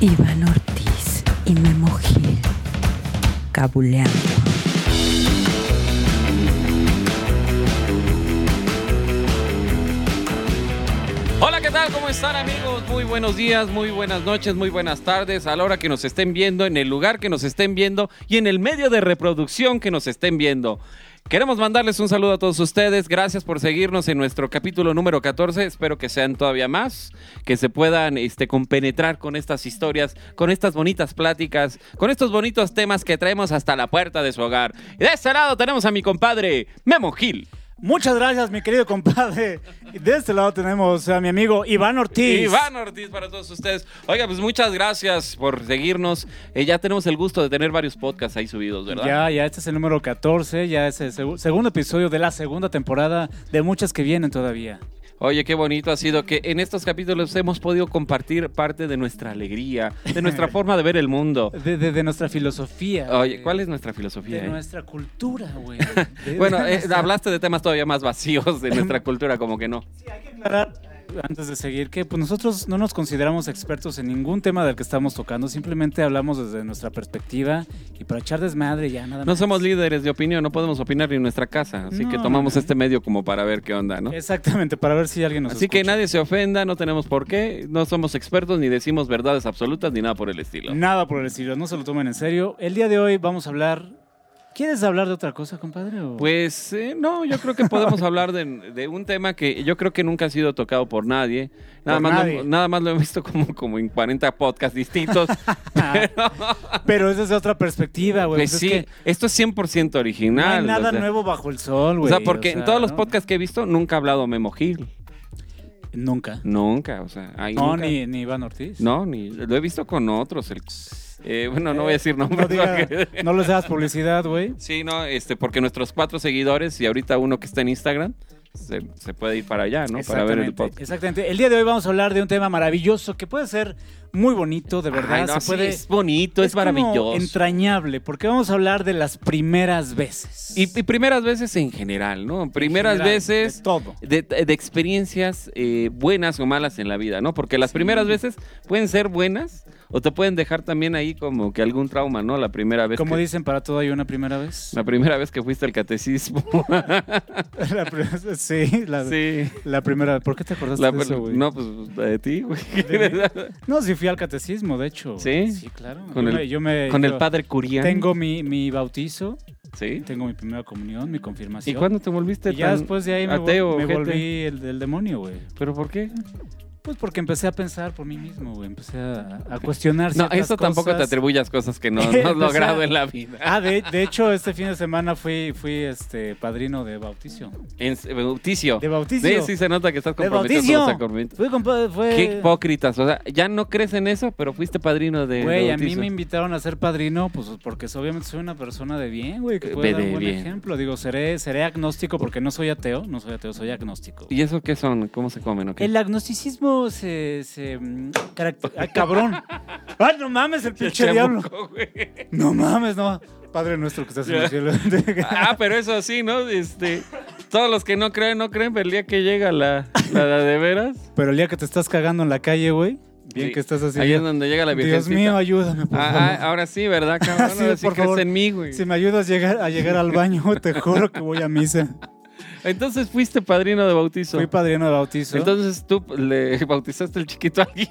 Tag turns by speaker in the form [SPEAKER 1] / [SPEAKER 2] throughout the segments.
[SPEAKER 1] Iván Ortiz y Memo Gil cabuleando.
[SPEAKER 2] Hola, ¿qué tal? ¿Cómo están amigos? Muy buenos días, muy buenas noches, muy buenas tardes, a la hora que nos estén viendo, en el lugar que nos estén viendo y en el medio de reproducción que nos estén viendo. Queremos mandarles un saludo a todos ustedes, gracias por seguirnos en nuestro capítulo número 14, espero que sean todavía más, que se puedan este, compenetrar con estas historias, con estas bonitas pláticas, con estos bonitos temas que traemos hasta la puerta de su hogar. Y de este lado tenemos a mi compadre Memo Gil.
[SPEAKER 3] Muchas gracias, mi querido compadre. De este lado tenemos a mi amigo Iván Ortiz.
[SPEAKER 2] Iván Ortiz para todos ustedes. Oiga, pues muchas gracias por seguirnos. Eh, ya tenemos el gusto de tener varios podcasts ahí subidos, ¿verdad?
[SPEAKER 3] Ya, ya, este es el número 14, ya es el seg- segundo episodio de la segunda temporada, de muchas que vienen todavía.
[SPEAKER 2] Oye, qué bonito ha sido que en estos capítulos hemos podido compartir parte de nuestra alegría, de nuestra forma de ver el mundo.
[SPEAKER 3] De, de- de nuestra filosofía.
[SPEAKER 2] Oye,
[SPEAKER 3] de-
[SPEAKER 2] ¿cuál es nuestra
[SPEAKER 3] De
[SPEAKER 2] filosofía? eh?
[SPEAKER 3] nuestra cultura, güey. De-
[SPEAKER 2] Bueno,
[SPEAKER 3] de
[SPEAKER 2] eh,
[SPEAKER 3] nuestra-
[SPEAKER 2] hablaste de temas todavía más vacíos de nuestra cultura, como que no.
[SPEAKER 3] aclarar, antes de seguir, que pues nosotros no nos consideramos expertos en ningún tema del que estamos tocando, simplemente hablamos desde nuestra perspectiva y para echar desmadre ya nada más.
[SPEAKER 2] No somos líderes de opinión, no podemos opinar ni en nuestra casa, así que
[SPEAKER 3] No,
[SPEAKER 2] tomamos
[SPEAKER 3] no, no.
[SPEAKER 2] este medio como para ver qué onda, ¿no?
[SPEAKER 3] Exactamente, para ver si alguien nos
[SPEAKER 2] Así que
[SPEAKER 3] escucha.
[SPEAKER 2] nadie se ofenda, no tenemos por qué, no somos expertos ni decimos verdades absolutas ni nada por el estilo.
[SPEAKER 3] Nada por el estilo, no se lo tomen en serio. El día de hoy vamos a hablar. ¿Quieres hablar de otra cosa, compadre? o-
[SPEAKER 2] Pues eh, no, yo creo que podemos hablar de, de un tema que yo creo que nunca ha sido tocado por nadie. Nada,
[SPEAKER 3] Por
[SPEAKER 2] más, Lo,
[SPEAKER 3] nadie.
[SPEAKER 2] nada más lo he visto como, como en 40 podcasts distintos. Pues pero
[SPEAKER 3] Pero es desde otra perspectiva, güey.
[SPEAKER 2] pues
[SPEAKER 3] pues
[SPEAKER 2] sí,
[SPEAKER 3] es que
[SPEAKER 2] esto es 100%
[SPEAKER 3] no
[SPEAKER 2] original.
[SPEAKER 3] hay nada
[SPEAKER 2] o sea,
[SPEAKER 3] nuevo bajo el sol,
[SPEAKER 2] O
[SPEAKER 3] güey.
[SPEAKER 2] sea, porque en
[SPEAKER 3] sea,
[SPEAKER 2] todos los
[SPEAKER 3] ¿no?
[SPEAKER 2] podcasts que he visto nunca ha hablado Memo Gil.
[SPEAKER 3] Nunca.
[SPEAKER 2] Nunca, o sea, ahí
[SPEAKER 3] No,
[SPEAKER 2] nunca.
[SPEAKER 3] ni, ni Iván Ortiz.
[SPEAKER 2] No, ni lo he visto con otros. el- eh, bueno, no voy a decir nombres.
[SPEAKER 3] No, diga-
[SPEAKER 2] porque-
[SPEAKER 3] no les das publicidad, güey.
[SPEAKER 2] Sí, no, este, porque nuestros cuatro seguidores y ahorita uno que está en Instagram se, se puede ir para allá, ¿no? Para ver el
[SPEAKER 3] Exactamente,
[SPEAKER 2] podcast.
[SPEAKER 3] Exactamente. El día de hoy vamos a hablar de un tema maravilloso que puede ser muy bonito, de verdad.
[SPEAKER 2] Ay, no,
[SPEAKER 3] se
[SPEAKER 2] sí,
[SPEAKER 3] puede,
[SPEAKER 2] es bonito, es,
[SPEAKER 3] como
[SPEAKER 2] maravilloso.
[SPEAKER 3] entrañable, porque vamos a hablar de las primeras veces.
[SPEAKER 2] Y, y primeras veces en general, ¿no? Primeras
[SPEAKER 3] general, de
[SPEAKER 2] veces
[SPEAKER 3] todo.
[SPEAKER 2] de, de experiencias eh, buenas o malas en la vida, ¿no? Porque las primeras veces pueden ser buenas o te pueden dejar también ahí como que algún trauma, ¿no? La primera vez.
[SPEAKER 3] Como
[SPEAKER 2] que,
[SPEAKER 3] dicen, para todo hay una primera vez.
[SPEAKER 2] La primera vez que fuiste al catecismo.
[SPEAKER 3] La pri- sí, la,
[SPEAKER 2] sí.
[SPEAKER 3] la primera. ¿Por qué te acordaste
[SPEAKER 2] La-
[SPEAKER 3] de eso, güey?
[SPEAKER 2] no, pues de ti, güey.
[SPEAKER 3] No, sí fui al catecismo, de hecho.
[SPEAKER 2] ¿Sí?
[SPEAKER 3] Sí, claro.
[SPEAKER 2] Con
[SPEAKER 3] yo,
[SPEAKER 2] el-
[SPEAKER 3] me, yo me-
[SPEAKER 2] Con el
[SPEAKER 3] yo
[SPEAKER 2] padre Curiano.
[SPEAKER 3] Tengo mi, mi bautizo,
[SPEAKER 2] Sí.
[SPEAKER 3] tengo mi primera comunión, mi confirmación.
[SPEAKER 2] ¿Y cuándo te volviste
[SPEAKER 3] Y ya
[SPEAKER 2] tan
[SPEAKER 3] después de ahí me, vol-
[SPEAKER 2] ateo,
[SPEAKER 3] me
[SPEAKER 2] ojete?
[SPEAKER 3] volví el, el demonio, güey.
[SPEAKER 2] ¿Pero por qué?
[SPEAKER 3] Pues porque empecé a pensar por mí mismo, güey. Empecé a, a cuestionar
[SPEAKER 2] No,
[SPEAKER 3] ciertas
[SPEAKER 2] eso tampoco te
[SPEAKER 3] cosas.
[SPEAKER 2] atribuyas cosas que no, no
[SPEAKER 3] O sea,
[SPEAKER 2] has logrado en la vida.
[SPEAKER 3] Ah, de, de hecho, este fin de semana fui, fui este padrino de bautizo.
[SPEAKER 2] En s- eh, bauticio.
[SPEAKER 3] De
[SPEAKER 2] Sí,
[SPEAKER 3] bautizo.
[SPEAKER 2] Oh. sí se nota que estás
[SPEAKER 3] de Eh.
[SPEAKER 2] comprometido con los
[SPEAKER 3] bautizo.
[SPEAKER 2] sacramentos.
[SPEAKER 3] Fui, compa- fue...
[SPEAKER 2] Qué hipócritas. O sea, ya no crees en eso, pero fuiste padrino de
[SPEAKER 3] Güey, a mí
[SPEAKER 2] bautizo.
[SPEAKER 3] me invitaron a ser padrino, pues porque soy- obviamente soy una persona de bien, güey, que
[SPEAKER 2] Eh,
[SPEAKER 3] puede
[SPEAKER 2] de
[SPEAKER 3] dar un buen
[SPEAKER 2] bien.
[SPEAKER 3] ejemplo. Digo, seré, seré agnóstico porque no soy ateo, no soy ateo, soy agnóstico.
[SPEAKER 2] ¿Y eso qué son? ¿Cómo se comen? o qué?
[SPEAKER 3] El agnosticismo se... se mm, caracter- ¡Ay, cabrón! ¡Ah, no mames, el pinche diablo!
[SPEAKER 2] Chamuco, güey.
[SPEAKER 3] No mames, no. Padre nuestro que estás en el cielo.
[SPEAKER 2] Ah, pero eso sí, ¿no? Este, todos los que no creen, no creen, pero el día que llega la, la, la de veras.
[SPEAKER 3] Pero el día que te estás cagando en la calle, güey, bien
[SPEAKER 2] sí,
[SPEAKER 3] que estás
[SPEAKER 2] Ahí es
[SPEAKER 3] haciendo...
[SPEAKER 2] donde llega la
[SPEAKER 3] Dios
[SPEAKER 2] virgencita.
[SPEAKER 3] mío, ayúdame, por favor.
[SPEAKER 2] Ah, ah, ahora sí, ¿verdad, cabrón?
[SPEAKER 3] Sí,
[SPEAKER 2] Ahora sí
[SPEAKER 3] por
[SPEAKER 2] crees
[SPEAKER 3] favor.
[SPEAKER 2] en mí, güey.
[SPEAKER 3] Si me ayudas a llegar, a llegar al baño, te juro que voy a misa.
[SPEAKER 2] Entonces fuiste padrino de bautizo.
[SPEAKER 3] Fui padrino de bautizo.
[SPEAKER 2] Entonces tú le bautizaste el chiquito a alguien.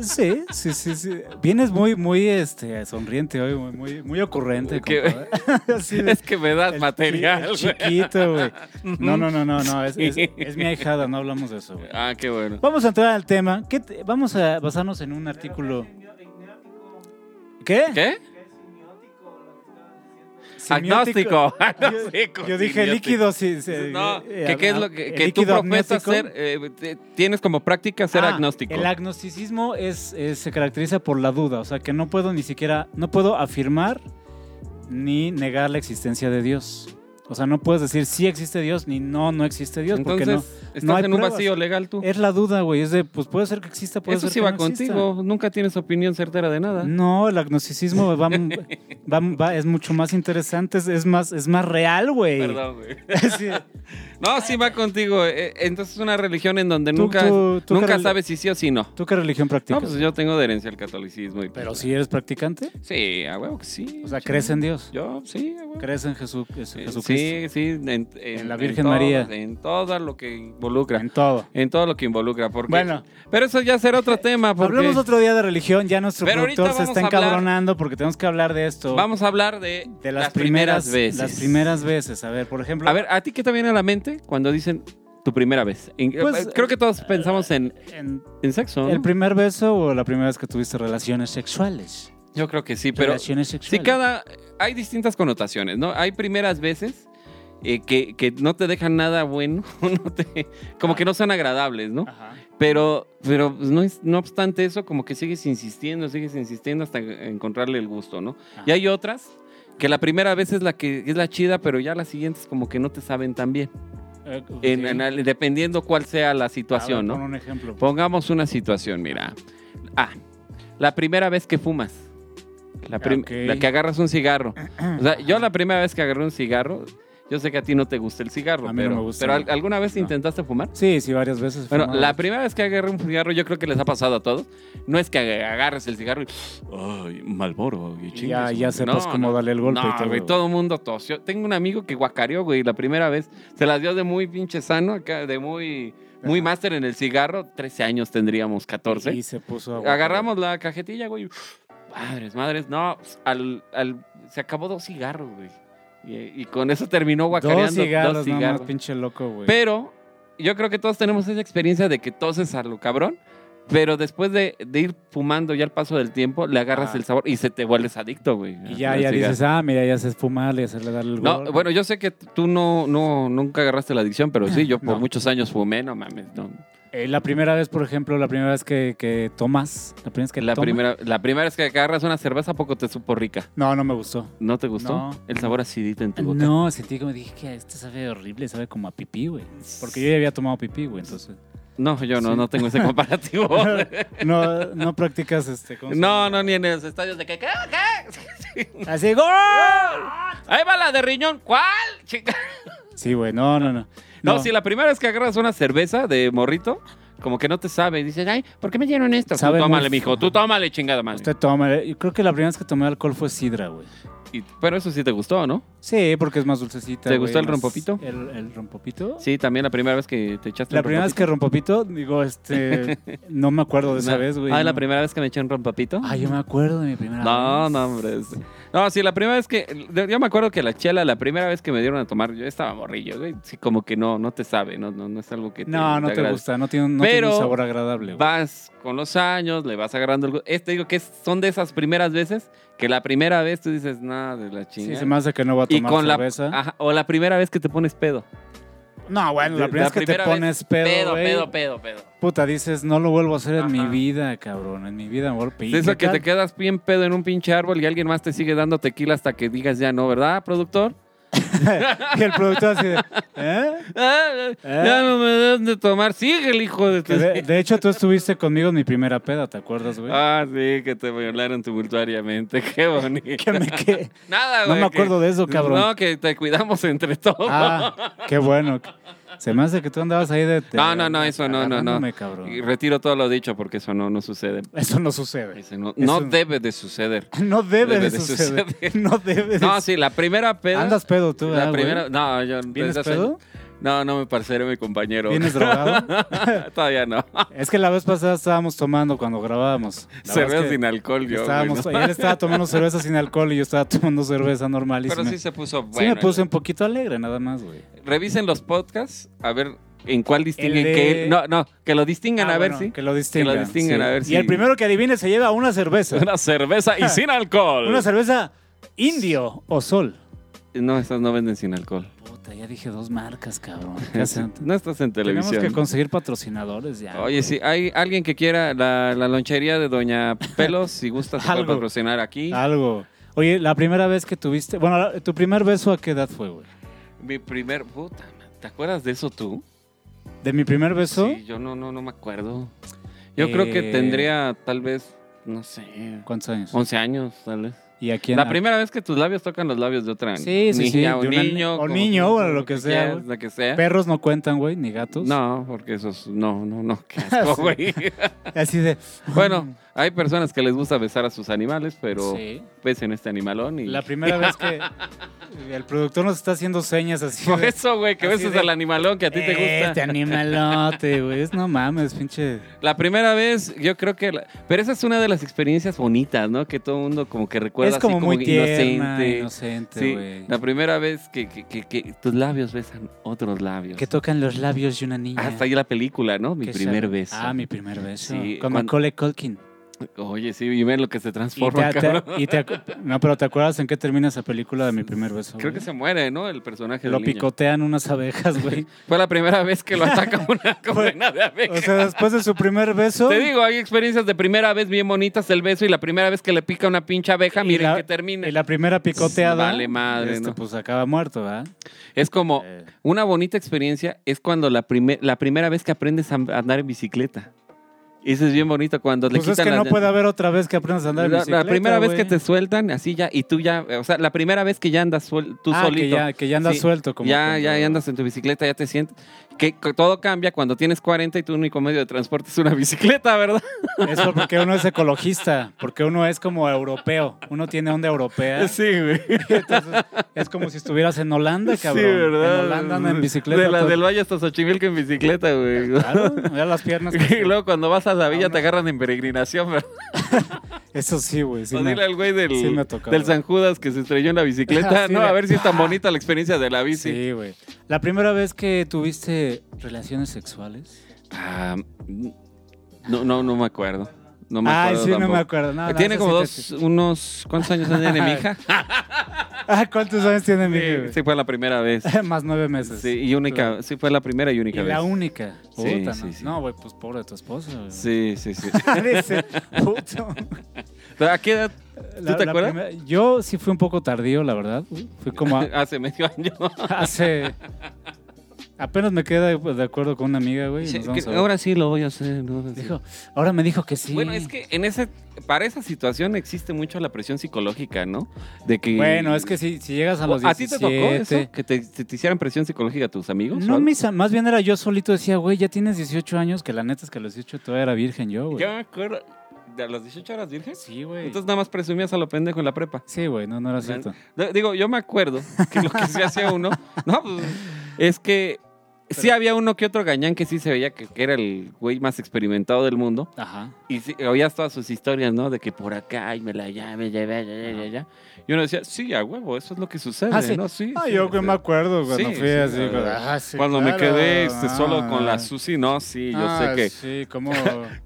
[SPEAKER 3] Sí, sí, sí, sí. Vienes muy, muy este, sonriente hoy, muy, muy, muy ocurrente.
[SPEAKER 2] Qué-
[SPEAKER 3] compadre. Así de-
[SPEAKER 2] Es que me das
[SPEAKER 3] el
[SPEAKER 2] material.
[SPEAKER 3] chi- el chiquito, güey. No, no, no, no, no. Es, es-
[SPEAKER 2] Sí.
[SPEAKER 3] es mi ahijada, no hablamos de eso, güey.
[SPEAKER 2] Ah, qué bueno.
[SPEAKER 3] Vamos a entrar al tema. ¿Qué te- vamos a basarnos en un artículo. ¿Qué?
[SPEAKER 2] ¿Qué?
[SPEAKER 3] Simiótico.
[SPEAKER 2] Agnóstico. Agnóstico,
[SPEAKER 3] Yo, yo dije
[SPEAKER 2] simiótico.
[SPEAKER 3] líquido, sí. sí,
[SPEAKER 2] No,
[SPEAKER 3] eh,
[SPEAKER 2] que, ¿qué es lo
[SPEAKER 3] eh,
[SPEAKER 2] que, que tú
[SPEAKER 3] líquido
[SPEAKER 2] profesas
[SPEAKER 3] agnóstico.
[SPEAKER 2] ser? eh, te- tienes como práctica ser
[SPEAKER 3] Ah,
[SPEAKER 2] agnóstico.
[SPEAKER 3] El agnosticismo es, es- se caracteriza por la duda, o sea que no puedo ni siquiera, no puedo afirmar ni negar la existencia de Dios. O sea, no puedes decir sí existe Dios ni no, no existe Dios,
[SPEAKER 2] Entonces,
[SPEAKER 3] porque
[SPEAKER 2] estás
[SPEAKER 3] no hay
[SPEAKER 2] en un
[SPEAKER 3] pruebas.
[SPEAKER 2] vacío legal tú.
[SPEAKER 3] no. Es la duda, güey, es de, pues puede ser que exista, puede
[SPEAKER 2] Eso
[SPEAKER 3] ser
[SPEAKER 2] sí
[SPEAKER 3] que
[SPEAKER 2] va
[SPEAKER 3] no exista.
[SPEAKER 2] contigo. Nunca tienes opinión certera de nada.
[SPEAKER 3] No, el agnosticismo va, va- va- es mucho más interesante, es, es más, es más real, güey.
[SPEAKER 2] Perdón, güey.
[SPEAKER 3] Sí.
[SPEAKER 2] No, sí va contigo. Eh, Entonces es una religión en donde
[SPEAKER 3] Tú-
[SPEAKER 2] nunca,
[SPEAKER 3] tú- tú,
[SPEAKER 2] nunca
[SPEAKER 3] Carol-
[SPEAKER 2] sabes si sí o si no.
[SPEAKER 3] ¿Tú qué religión
[SPEAKER 2] No,
[SPEAKER 3] practicas?
[SPEAKER 2] pues yo tengo de herencia al catolicismo. Y,
[SPEAKER 3] Pero si eres practicante,
[SPEAKER 2] Sí, a huevo que sí.
[SPEAKER 3] o sea, crees en Dios,
[SPEAKER 2] Yo, sí, a huevo.
[SPEAKER 3] crees en Jesús, en
[SPEAKER 2] Eh,
[SPEAKER 3] Jesucristo,
[SPEAKER 2] Sí, sí. En, en-
[SPEAKER 3] la Virgen
[SPEAKER 2] todo-
[SPEAKER 3] María.
[SPEAKER 2] En todo lo que involucra.
[SPEAKER 3] en todo.
[SPEAKER 2] En todo lo que involucra. Porque,
[SPEAKER 3] Bueno.
[SPEAKER 2] Pero eso ya será otro tema. Porque
[SPEAKER 3] Hablemos otro día de religión, ya nuestro
[SPEAKER 2] Pero ahorita
[SPEAKER 3] productor se
[SPEAKER 2] vamos
[SPEAKER 3] está
[SPEAKER 2] a hablar-
[SPEAKER 3] encabronando porque tenemos que hablar de esto.
[SPEAKER 2] Vamos a hablar de,
[SPEAKER 3] de las, primeras,
[SPEAKER 2] veces.
[SPEAKER 3] Las primeras veces, a ver, por ejemplo.
[SPEAKER 2] A ver, ¿a ti qué te viene a la mente cuando dicen tu primera vez? En- eh,
[SPEAKER 3] Pues,
[SPEAKER 2] Creo que todos pensamos en,
[SPEAKER 3] en-
[SPEAKER 2] en sexo. ¿no?
[SPEAKER 3] ¿El primer beso o la primera vez que tuviste relaciones sexuales?
[SPEAKER 2] Yo creo que sí, pero
[SPEAKER 3] relaciones
[SPEAKER 2] sí
[SPEAKER 3] sexuales.
[SPEAKER 2] cada... Hay distintas connotaciones, ¿no? Hay primeras veces eh, que, que no te dejan nada bueno, no te- como que no son agradables, ¿no?
[SPEAKER 3] Ajá.
[SPEAKER 2] Pero, pero pues, no, es- no obstante eso, como que sigues insistiendo, sigues insistiendo hasta encontrarle el gusto, ¿no?
[SPEAKER 3] Ajá.
[SPEAKER 2] Y hay otras que la primera vez es la que es la chida, pero ya las siguientes como que no te saben tan bien.
[SPEAKER 3] Eh,
[SPEAKER 2] En-
[SPEAKER 3] sí.
[SPEAKER 2] en al- dependiendo cuál sea la
[SPEAKER 3] A ver,
[SPEAKER 2] situación,
[SPEAKER 3] pon
[SPEAKER 2] ¿no?
[SPEAKER 3] un ejemplo.
[SPEAKER 2] Pongamos una situación, mira. Ah, la primera vez que fumas. La, prim-
[SPEAKER 3] Ok.
[SPEAKER 2] la que agarras un cigarro. O sea, yo la primera vez que agarré un cigarro, yo sé que a ti no te gusta el cigarro,
[SPEAKER 3] A mí no
[SPEAKER 2] pero,
[SPEAKER 3] me gusta.
[SPEAKER 2] pero ¿al- ¿alguna vez
[SPEAKER 3] No.
[SPEAKER 2] intentaste fumar?
[SPEAKER 3] Sí, sí, varias veces.
[SPEAKER 2] Bueno,
[SPEAKER 3] fumaba.
[SPEAKER 2] la primera vez que agarré un cigarro, yo creo que les ha pasado a todos. No es que agarres el cigarro y. ¡Ay, Malboro! Y chingues,
[SPEAKER 3] ya, ya
[SPEAKER 2] güey".
[SPEAKER 3] sepas
[SPEAKER 2] No,
[SPEAKER 3] cómo
[SPEAKER 2] no.
[SPEAKER 3] darle el golpe y
[SPEAKER 2] No,
[SPEAKER 3] todo.
[SPEAKER 2] güey, todo el mundo tosió. Tengo un amigo que guacareó, güey, la primera vez. Se las dio de muy pinche sano, acá, de muy, muy máster en el cigarro. 13 años tendríamos, 14.
[SPEAKER 3] Y se puso. a-
[SPEAKER 2] Agarramos la cajetilla, güey. Madres, madres. No, pues, al, al- se acabó dos cigarros, güey. Y, y con eso terminó guacareando
[SPEAKER 3] Dos cigarros,
[SPEAKER 2] dos
[SPEAKER 3] No,
[SPEAKER 2] cigarros.
[SPEAKER 3] más, pinche loco, güey.
[SPEAKER 2] Pero yo creo que todos tenemos esa experiencia de que toses a lo cabrón, pero después de, de ir fumando ya al paso del tiempo, le agarras
[SPEAKER 3] Ah.
[SPEAKER 2] el sabor y se te vuelves adicto, güey.
[SPEAKER 3] Y ya,
[SPEAKER 2] al
[SPEAKER 3] ya
[SPEAKER 2] cigarro.
[SPEAKER 3] dices, ah, mira, ya sé fumar, ya sé darle el
[SPEAKER 2] No,
[SPEAKER 3] golpe.
[SPEAKER 2] bueno, yo sé que t- tú no, no, nunca agarraste la adicción, pero sí, yo por
[SPEAKER 3] No.
[SPEAKER 2] muchos años fumé, no mames, no.
[SPEAKER 3] Eh, la primera vez, por ejemplo, la primera vez que, que tomas. La primera vez que
[SPEAKER 2] La
[SPEAKER 3] tomas-
[SPEAKER 2] primera, la primera vez que agarras una cerveza, ¿a poco te supo rica?
[SPEAKER 3] No, no me gustó.
[SPEAKER 2] ¿No te gustó?
[SPEAKER 3] No.
[SPEAKER 2] El sabor acidito en tu boca.
[SPEAKER 3] No, sentí como dije que esto sabe horrible, sabe como a pipí, güey. Porque yo ya había tomado pipí, güey, entonces.
[SPEAKER 2] No, yo no,
[SPEAKER 3] Sí.
[SPEAKER 2] no tengo ese comparativo.
[SPEAKER 3] No, no practicas este. ¿cómo se
[SPEAKER 2] Oh. no,
[SPEAKER 3] llama?
[SPEAKER 2] no, ni en los estadios de que... ¿qué? ¿Qué?
[SPEAKER 3] Así, ¡gol!
[SPEAKER 2] Ahí va la de riñón. ¿Cuál? Chica.
[SPEAKER 3] Sí, güey, no, no, no.
[SPEAKER 2] No, si la primera vez que agarras una cerveza de morrito, como que no te sabe. Dices, ay, ¿por qué me dieron esto? Tú
[SPEAKER 3] Sabe muy
[SPEAKER 2] tómale,
[SPEAKER 3] fu-
[SPEAKER 2] mijo. Tú tómale, chingada madre.
[SPEAKER 3] Usted toma. Yo creo que la primera vez que tomé alcohol fue sidra, güey.
[SPEAKER 2] Y- pero eso sí te gustó, ¿no?
[SPEAKER 3] Sí, porque es más dulcecita.
[SPEAKER 2] ¿Te
[SPEAKER 3] güey,
[SPEAKER 2] gustó el
[SPEAKER 3] más-
[SPEAKER 2] rompopito?
[SPEAKER 3] El, el rompopito.
[SPEAKER 2] Sí, también la primera vez que te echaste
[SPEAKER 3] La
[SPEAKER 2] un
[SPEAKER 3] primera vez
[SPEAKER 2] rompapito.
[SPEAKER 3] que rompopito, digo, este. No me acuerdo de esa
[SPEAKER 2] No.
[SPEAKER 3] vez, güey.
[SPEAKER 2] Ah, la
[SPEAKER 3] no.
[SPEAKER 2] primera vez que me eché un rompapito.
[SPEAKER 3] Ah, yo me acuerdo de mi primera
[SPEAKER 2] No,
[SPEAKER 3] vez.
[SPEAKER 2] no, hombre. es- No, sí, la primera vez que. Yo me acuerdo que la chela, la primera vez que me dieron a tomar, yo estaba morrillo, güey. Sí, como que no, no te sabe, no, no, no es algo que.
[SPEAKER 3] No, no te
[SPEAKER 2] agrade.
[SPEAKER 3] gusta, no tiene, un- no
[SPEAKER 2] Pero
[SPEAKER 3] tiene un sabor agradable. güey.
[SPEAKER 2] vas con los años, le vas agarrando el gu- Este digo que es- son de esas primeras veces que la primera vez tú dices, nada, de la
[SPEAKER 3] Sí,
[SPEAKER 2] chingada.
[SPEAKER 3] se me hace que no va a
[SPEAKER 2] y
[SPEAKER 3] tomar
[SPEAKER 2] con la Ah,
[SPEAKER 3] cerveza.
[SPEAKER 2] ajá, o la primera vez que te pones pedo.
[SPEAKER 3] No, bueno, la primera vez que te
[SPEAKER 2] primera vez,
[SPEAKER 3] pones pedo,
[SPEAKER 2] pedo,
[SPEAKER 3] güey,
[SPEAKER 2] pedo, pedo, pedo.
[SPEAKER 3] Puta, dices, no lo vuelvo a hacer en mi
[SPEAKER 2] Ajá.
[SPEAKER 3] vida, cabrón. En mi vida me vuelvo a
[SPEAKER 2] Es eso que te quedas bien pedo en un pinche árbol y alguien más te sigue dando tequila hasta que digas ya no, ¿verdad, productor?
[SPEAKER 3] Y el productor así de, ¿eh?
[SPEAKER 2] Ah,
[SPEAKER 3] Ah.
[SPEAKER 2] Ya no me das de tomar. Sigue el hijo de tu...
[SPEAKER 3] Que de, de hecho, tú estuviste conmigo en mi primera peda, ¿te acuerdas, güey?
[SPEAKER 2] Ah, sí, que te violaron tumultuariamente. Qué bonito.
[SPEAKER 3] Que me que-
[SPEAKER 2] Nada,
[SPEAKER 3] No
[SPEAKER 2] güey.
[SPEAKER 3] me
[SPEAKER 2] que-
[SPEAKER 3] acuerdo de eso, cabrón.
[SPEAKER 2] No, que te cuidamos entre todos.
[SPEAKER 3] Ah, qué bueno. Se me hace que tú andabas ahí de... de-
[SPEAKER 2] No, no, no, eso no, no, no.
[SPEAKER 3] Este, agarrándome, cabrón.
[SPEAKER 2] Y retiro todo lo dicho porque eso no, no sucede.
[SPEAKER 3] Eso no sucede.
[SPEAKER 2] Ese no,
[SPEAKER 3] Eso
[SPEAKER 2] no
[SPEAKER 3] no.
[SPEAKER 2] debe de suceder.
[SPEAKER 3] No debe,
[SPEAKER 2] Debe
[SPEAKER 3] de,
[SPEAKER 2] de
[SPEAKER 3] suceder.
[SPEAKER 2] suceder.
[SPEAKER 3] No debe de
[SPEAKER 2] No, sí, la primera peda.
[SPEAKER 3] Andas pedo tú,
[SPEAKER 2] la
[SPEAKER 3] ah, güey?
[SPEAKER 2] primera, pues, no, yo
[SPEAKER 3] ¿Vienes
[SPEAKER 2] desde hace-
[SPEAKER 3] pedo?
[SPEAKER 2] No, no, mi parcero, mi compañero.
[SPEAKER 3] ¿Vienes drogado?
[SPEAKER 2] Todavía no.
[SPEAKER 3] es que la vez pasada estábamos tomando cuando grabábamos. La
[SPEAKER 2] Cerveza
[SPEAKER 3] verdad es que
[SPEAKER 2] sin alcohol, yo. güey,
[SPEAKER 3] Estábamos,
[SPEAKER 2] ¿no?
[SPEAKER 3] y él estaba tomando cerveza sin alcohol y yo estaba tomando cerveza normal. Y
[SPEAKER 2] Pero
[SPEAKER 3] sí,
[SPEAKER 2] sí
[SPEAKER 3] me,
[SPEAKER 2] se puso
[SPEAKER 3] sí
[SPEAKER 2] bueno.
[SPEAKER 3] me puse un poquito alegre, nada más, güey.
[SPEAKER 2] Revisen los podcasts, a ver en cuál distinguen
[SPEAKER 3] de-
[SPEAKER 2] que él- No, no, que lo distingan
[SPEAKER 3] Ah,
[SPEAKER 2] a ver
[SPEAKER 3] bueno,
[SPEAKER 2] si.
[SPEAKER 3] Que lo distingan.
[SPEAKER 2] distingan, a ver si-
[SPEAKER 3] Y el primero que adivine se lleva una cerveza.
[SPEAKER 2] Una cerveza y sin alcohol.
[SPEAKER 3] Una cerveza indio o sol.
[SPEAKER 2] No, esas no venden sin alcohol.
[SPEAKER 3] Puta, ya dije dos marcas, cabrón.
[SPEAKER 2] No estás en
[SPEAKER 3] Tenemos
[SPEAKER 2] televisión.
[SPEAKER 3] que conseguir patrocinadores ya.
[SPEAKER 2] Oye, si hay alguien que quiera la, la lonchería de Doña Pelos, si gusta, se puede
[SPEAKER 3] Algo. Ah.
[SPEAKER 2] patrocinar aquí.
[SPEAKER 3] Algo. Oye, la primera vez que tuviste. Bueno, la- tu primer beso, ¿a qué edad fue, güey?
[SPEAKER 2] Mi primer. Puta, ¿te acuerdas de eso tú?
[SPEAKER 3] ¿De mi primer beso?
[SPEAKER 2] Sí, yo no, no, no me acuerdo. Yo creo que
[SPEAKER 3] Eh.
[SPEAKER 2] tendría tal vez, no sé,
[SPEAKER 3] ¿Cuántos años?
[SPEAKER 2] 11 años, tal vez.
[SPEAKER 3] Y aquí en
[SPEAKER 2] La primera vez que tus labios tocan los labios de otra
[SPEAKER 3] Sí, sí, sí,
[SPEAKER 2] niña o
[SPEAKER 3] de una ni-
[SPEAKER 2] niño.
[SPEAKER 3] o
[SPEAKER 2] como-
[SPEAKER 3] niño, o lo que
[SPEAKER 2] tú
[SPEAKER 3] sea,
[SPEAKER 2] quieras,
[SPEAKER 3] güey.
[SPEAKER 2] lo que sea.
[SPEAKER 3] Perros no cuentan, güey, ni gatos.
[SPEAKER 2] No, porque esos. No, no, no. Qué asco,
[SPEAKER 3] Sí.
[SPEAKER 2] güey.
[SPEAKER 3] Así de. "Mm".
[SPEAKER 2] bueno, hay personas que les gusta besar a sus animales, pero
[SPEAKER 3] Sí.
[SPEAKER 2] besen este animalón y.
[SPEAKER 3] La primera vez que el productor nos está haciendo señas así.
[SPEAKER 2] Por
[SPEAKER 3] de,
[SPEAKER 2] eso, güey, que
[SPEAKER 3] Así
[SPEAKER 2] beses
[SPEAKER 3] de-
[SPEAKER 2] al animalón que a ti te gusta.
[SPEAKER 3] Este animalote, güey. Es- No mames, pinche.
[SPEAKER 2] La primera vez, yo creo que. la- Pero esa es una de las experiencias bonitas, ¿no? Que todo el mundo como que recuerda
[SPEAKER 3] es como
[SPEAKER 2] así
[SPEAKER 3] muy
[SPEAKER 2] como
[SPEAKER 3] tierna,
[SPEAKER 2] inocente.
[SPEAKER 3] inocente,
[SPEAKER 2] Sí,
[SPEAKER 3] güey.
[SPEAKER 2] la primera vez que, que- que- que tus labios besan otros labios.
[SPEAKER 3] Que tocan los labios de una niña.
[SPEAKER 2] Hasta Ah, ahí la película, ¿no? Mi
[SPEAKER 3] Que
[SPEAKER 2] primer
[SPEAKER 3] sabe-
[SPEAKER 2] beso.
[SPEAKER 3] Ah, mi primer beso.
[SPEAKER 2] Sí,
[SPEAKER 3] Con
[SPEAKER 2] cuando-
[SPEAKER 3] Macaulay Culkin.
[SPEAKER 2] Oye, sí, y ven lo que se
[SPEAKER 3] Y
[SPEAKER 2] transforma,
[SPEAKER 3] te, te-
[SPEAKER 2] cabrón.
[SPEAKER 3] y te acu- no, pero ¿te acuerdas en qué termina esa película de mi primer beso?
[SPEAKER 2] Creo que
[SPEAKER 3] güey?
[SPEAKER 2] se muere, ¿no? El personaje
[SPEAKER 3] Lo
[SPEAKER 2] del niño.
[SPEAKER 3] picotean unas abejas, güey.
[SPEAKER 2] Fue la primera vez que lo ataca una cadena de abeja.
[SPEAKER 3] O sea, después de su primer beso.
[SPEAKER 2] Te digo, hay experiencias de primera vez bien bonitas el beso y la primera vez que le pica una pinche abeja,
[SPEAKER 3] Y
[SPEAKER 2] miren
[SPEAKER 3] la-
[SPEAKER 2] que termina.
[SPEAKER 3] Y la primera picoteada.
[SPEAKER 2] Vale madre,
[SPEAKER 3] este,
[SPEAKER 2] ¿no?
[SPEAKER 3] Pues acaba muerto, ¿verdad?
[SPEAKER 2] Es como
[SPEAKER 3] Eh.
[SPEAKER 2] una bonita experiencia es cuando la, primer- la primera vez que aprendes a andar en bicicleta. Eso es bien bonito cuando
[SPEAKER 3] Pues
[SPEAKER 2] le
[SPEAKER 3] es
[SPEAKER 2] quitan
[SPEAKER 3] que no
[SPEAKER 2] las-
[SPEAKER 3] puede haber otra vez que aprendas a andar en
[SPEAKER 2] la, la
[SPEAKER 3] bicicleta,
[SPEAKER 2] primera vez que
[SPEAKER 3] güey.
[SPEAKER 2] te sueltan así ya y tú ya, o sea, la primera vez que ya andas suel- tú
[SPEAKER 3] Ah,
[SPEAKER 2] solito.
[SPEAKER 3] Que ya, que ya andas
[SPEAKER 2] Sí.
[SPEAKER 3] suelto. Como
[SPEAKER 2] ya,
[SPEAKER 3] cuando-
[SPEAKER 2] ya, ya andas en tu bicicleta, ya te sientes. Que co- todo cambia cuando tienes 40 y tu único medio de transporte es una bicicleta, ¿verdad?
[SPEAKER 3] Eso porque uno es ecologista, porque uno es como europeo. Uno tiene onda europea.
[SPEAKER 2] güey.
[SPEAKER 3] Entonces, es como si estuvieras en Holanda, cabrón. En Holanda andan en bicicleta.
[SPEAKER 2] De la
[SPEAKER 3] todo-
[SPEAKER 2] del Valle hasta Xochimilco en bicicleta, güey.
[SPEAKER 3] Claro, mira las piernas. que-
[SPEAKER 2] Y luego cuando vas a Sevilla
[SPEAKER 3] Ah, no.
[SPEAKER 2] te agarran en peregrinación, ¿verdad?
[SPEAKER 3] Eso sí, güey. sí
[SPEAKER 2] O pues
[SPEAKER 3] me-
[SPEAKER 2] dile al güey del,
[SPEAKER 3] sí me ha tocado.
[SPEAKER 2] del San Judas que se estrelló en la bicicleta.
[SPEAKER 3] Sí,
[SPEAKER 2] no,
[SPEAKER 3] de-
[SPEAKER 2] a ver si es tan bonita la experiencia de la bici.
[SPEAKER 3] Sí, güey. La primera vez que tuviste relaciones sexuales.
[SPEAKER 2] Ah, no, no, no me acuerdo. No me
[SPEAKER 3] Ay,
[SPEAKER 2] acuerdo
[SPEAKER 3] sí, no
[SPEAKER 2] tampoco. Eh,
[SPEAKER 3] me acuerdo. No, no,
[SPEAKER 2] Tiene
[SPEAKER 3] eso
[SPEAKER 2] como dos,
[SPEAKER 3] sí
[SPEAKER 2] unos... ¿Cuántos años tiene mi hija?
[SPEAKER 3] te- Ah, ¿cuántos años tiene mi
[SPEAKER 2] Sí,
[SPEAKER 3] güey?
[SPEAKER 2] sí, fue la primera vez.
[SPEAKER 3] Más nueve meses.
[SPEAKER 2] Sí, y única, sí fue la primera y
[SPEAKER 3] Y
[SPEAKER 2] única vez.
[SPEAKER 3] la única.
[SPEAKER 2] Sí,
[SPEAKER 3] Puta,
[SPEAKER 2] sí,
[SPEAKER 3] no.
[SPEAKER 2] sí.
[SPEAKER 3] No, güey, pues pobre tu esposa, güey.
[SPEAKER 2] Sí, sí, sí.
[SPEAKER 3] Ese puto.
[SPEAKER 2] ¿A qué edad?
[SPEAKER 3] La-
[SPEAKER 2] te
[SPEAKER 3] la
[SPEAKER 2] acuerdas?
[SPEAKER 3] primera- yo sí fui un poco tardío, la verdad. Fui como a-
[SPEAKER 2] Hace medio año.
[SPEAKER 3] hace. Apenas me quedé de, de acuerdo con una amiga, güey. y nos vamos a ver.
[SPEAKER 2] sí lo voy a hacer. ¿no? Así.
[SPEAKER 3] Dijo, ahora me dijo que sí.
[SPEAKER 2] Bueno, es que en ese, para esa situación existe mucho la presión psicológica, ¿no? De que.
[SPEAKER 3] Bueno, es que si, si llegas a los
[SPEAKER 2] ¿A ti te
[SPEAKER 3] 17...
[SPEAKER 2] tocó eso? ¿Que te, te- te hicieran presión psicológica a tus amigos? o
[SPEAKER 3] No,
[SPEAKER 2] algo?
[SPEAKER 3] mis am- más bien era yo solito decía, güey, ya tienes 18 años, que la neta es que a los 18 todavía era virgen yo, güey.
[SPEAKER 2] Yo me acuerdo. ¿De a las 18 horas virgen?
[SPEAKER 3] Sí, güey.
[SPEAKER 2] Entonces nada más presumías a lo pendejo en la prepa.
[SPEAKER 3] Sí, güey, no, no era cierto.
[SPEAKER 2] D- Digo, yo me acuerdo que lo que se hacía uno, no, pues, es que sí había uno que otro gañán que sí se veía que, que era el güey más experimentado del mundo.
[SPEAKER 3] Ajá.
[SPEAKER 2] Y sí, oías todas sus historias, ¿no? De que por acá y me la llame, ya, ya, ya, ya, ya. Y uno decía, sí, a huevo, eso es lo que sucede,
[SPEAKER 3] Ah, sí.
[SPEAKER 2] ¿no? Sí.
[SPEAKER 3] Ah,
[SPEAKER 2] sí, o
[SPEAKER 3] yo que
[SPEAKER 2] sea,
[SPEAKER 3] me acuerdo cuando
[SPEAKER 2] Sí,
[SPEAKER 3] fui
[SPEAKER 2] sí,
[SPEAKER 3] así.
[SPEAKER 2] claro.
[SPEAKER 3] güey, ah, sí,
[SPEAKER 2] Cuando me
[SPEAKER 3] claro,
[SPEAKER 2] quedé este,
[SPEAKER 3] ah,
[SPEAKER 2] solo con la
[SPEAKER 3] ah.
[SPEAKER 2] Susi, no, sí, yo
[SPEAKER 3] Ah,
[SPEAKER 2] sé que,
[SPEAKER 3] Sí, Ah, como...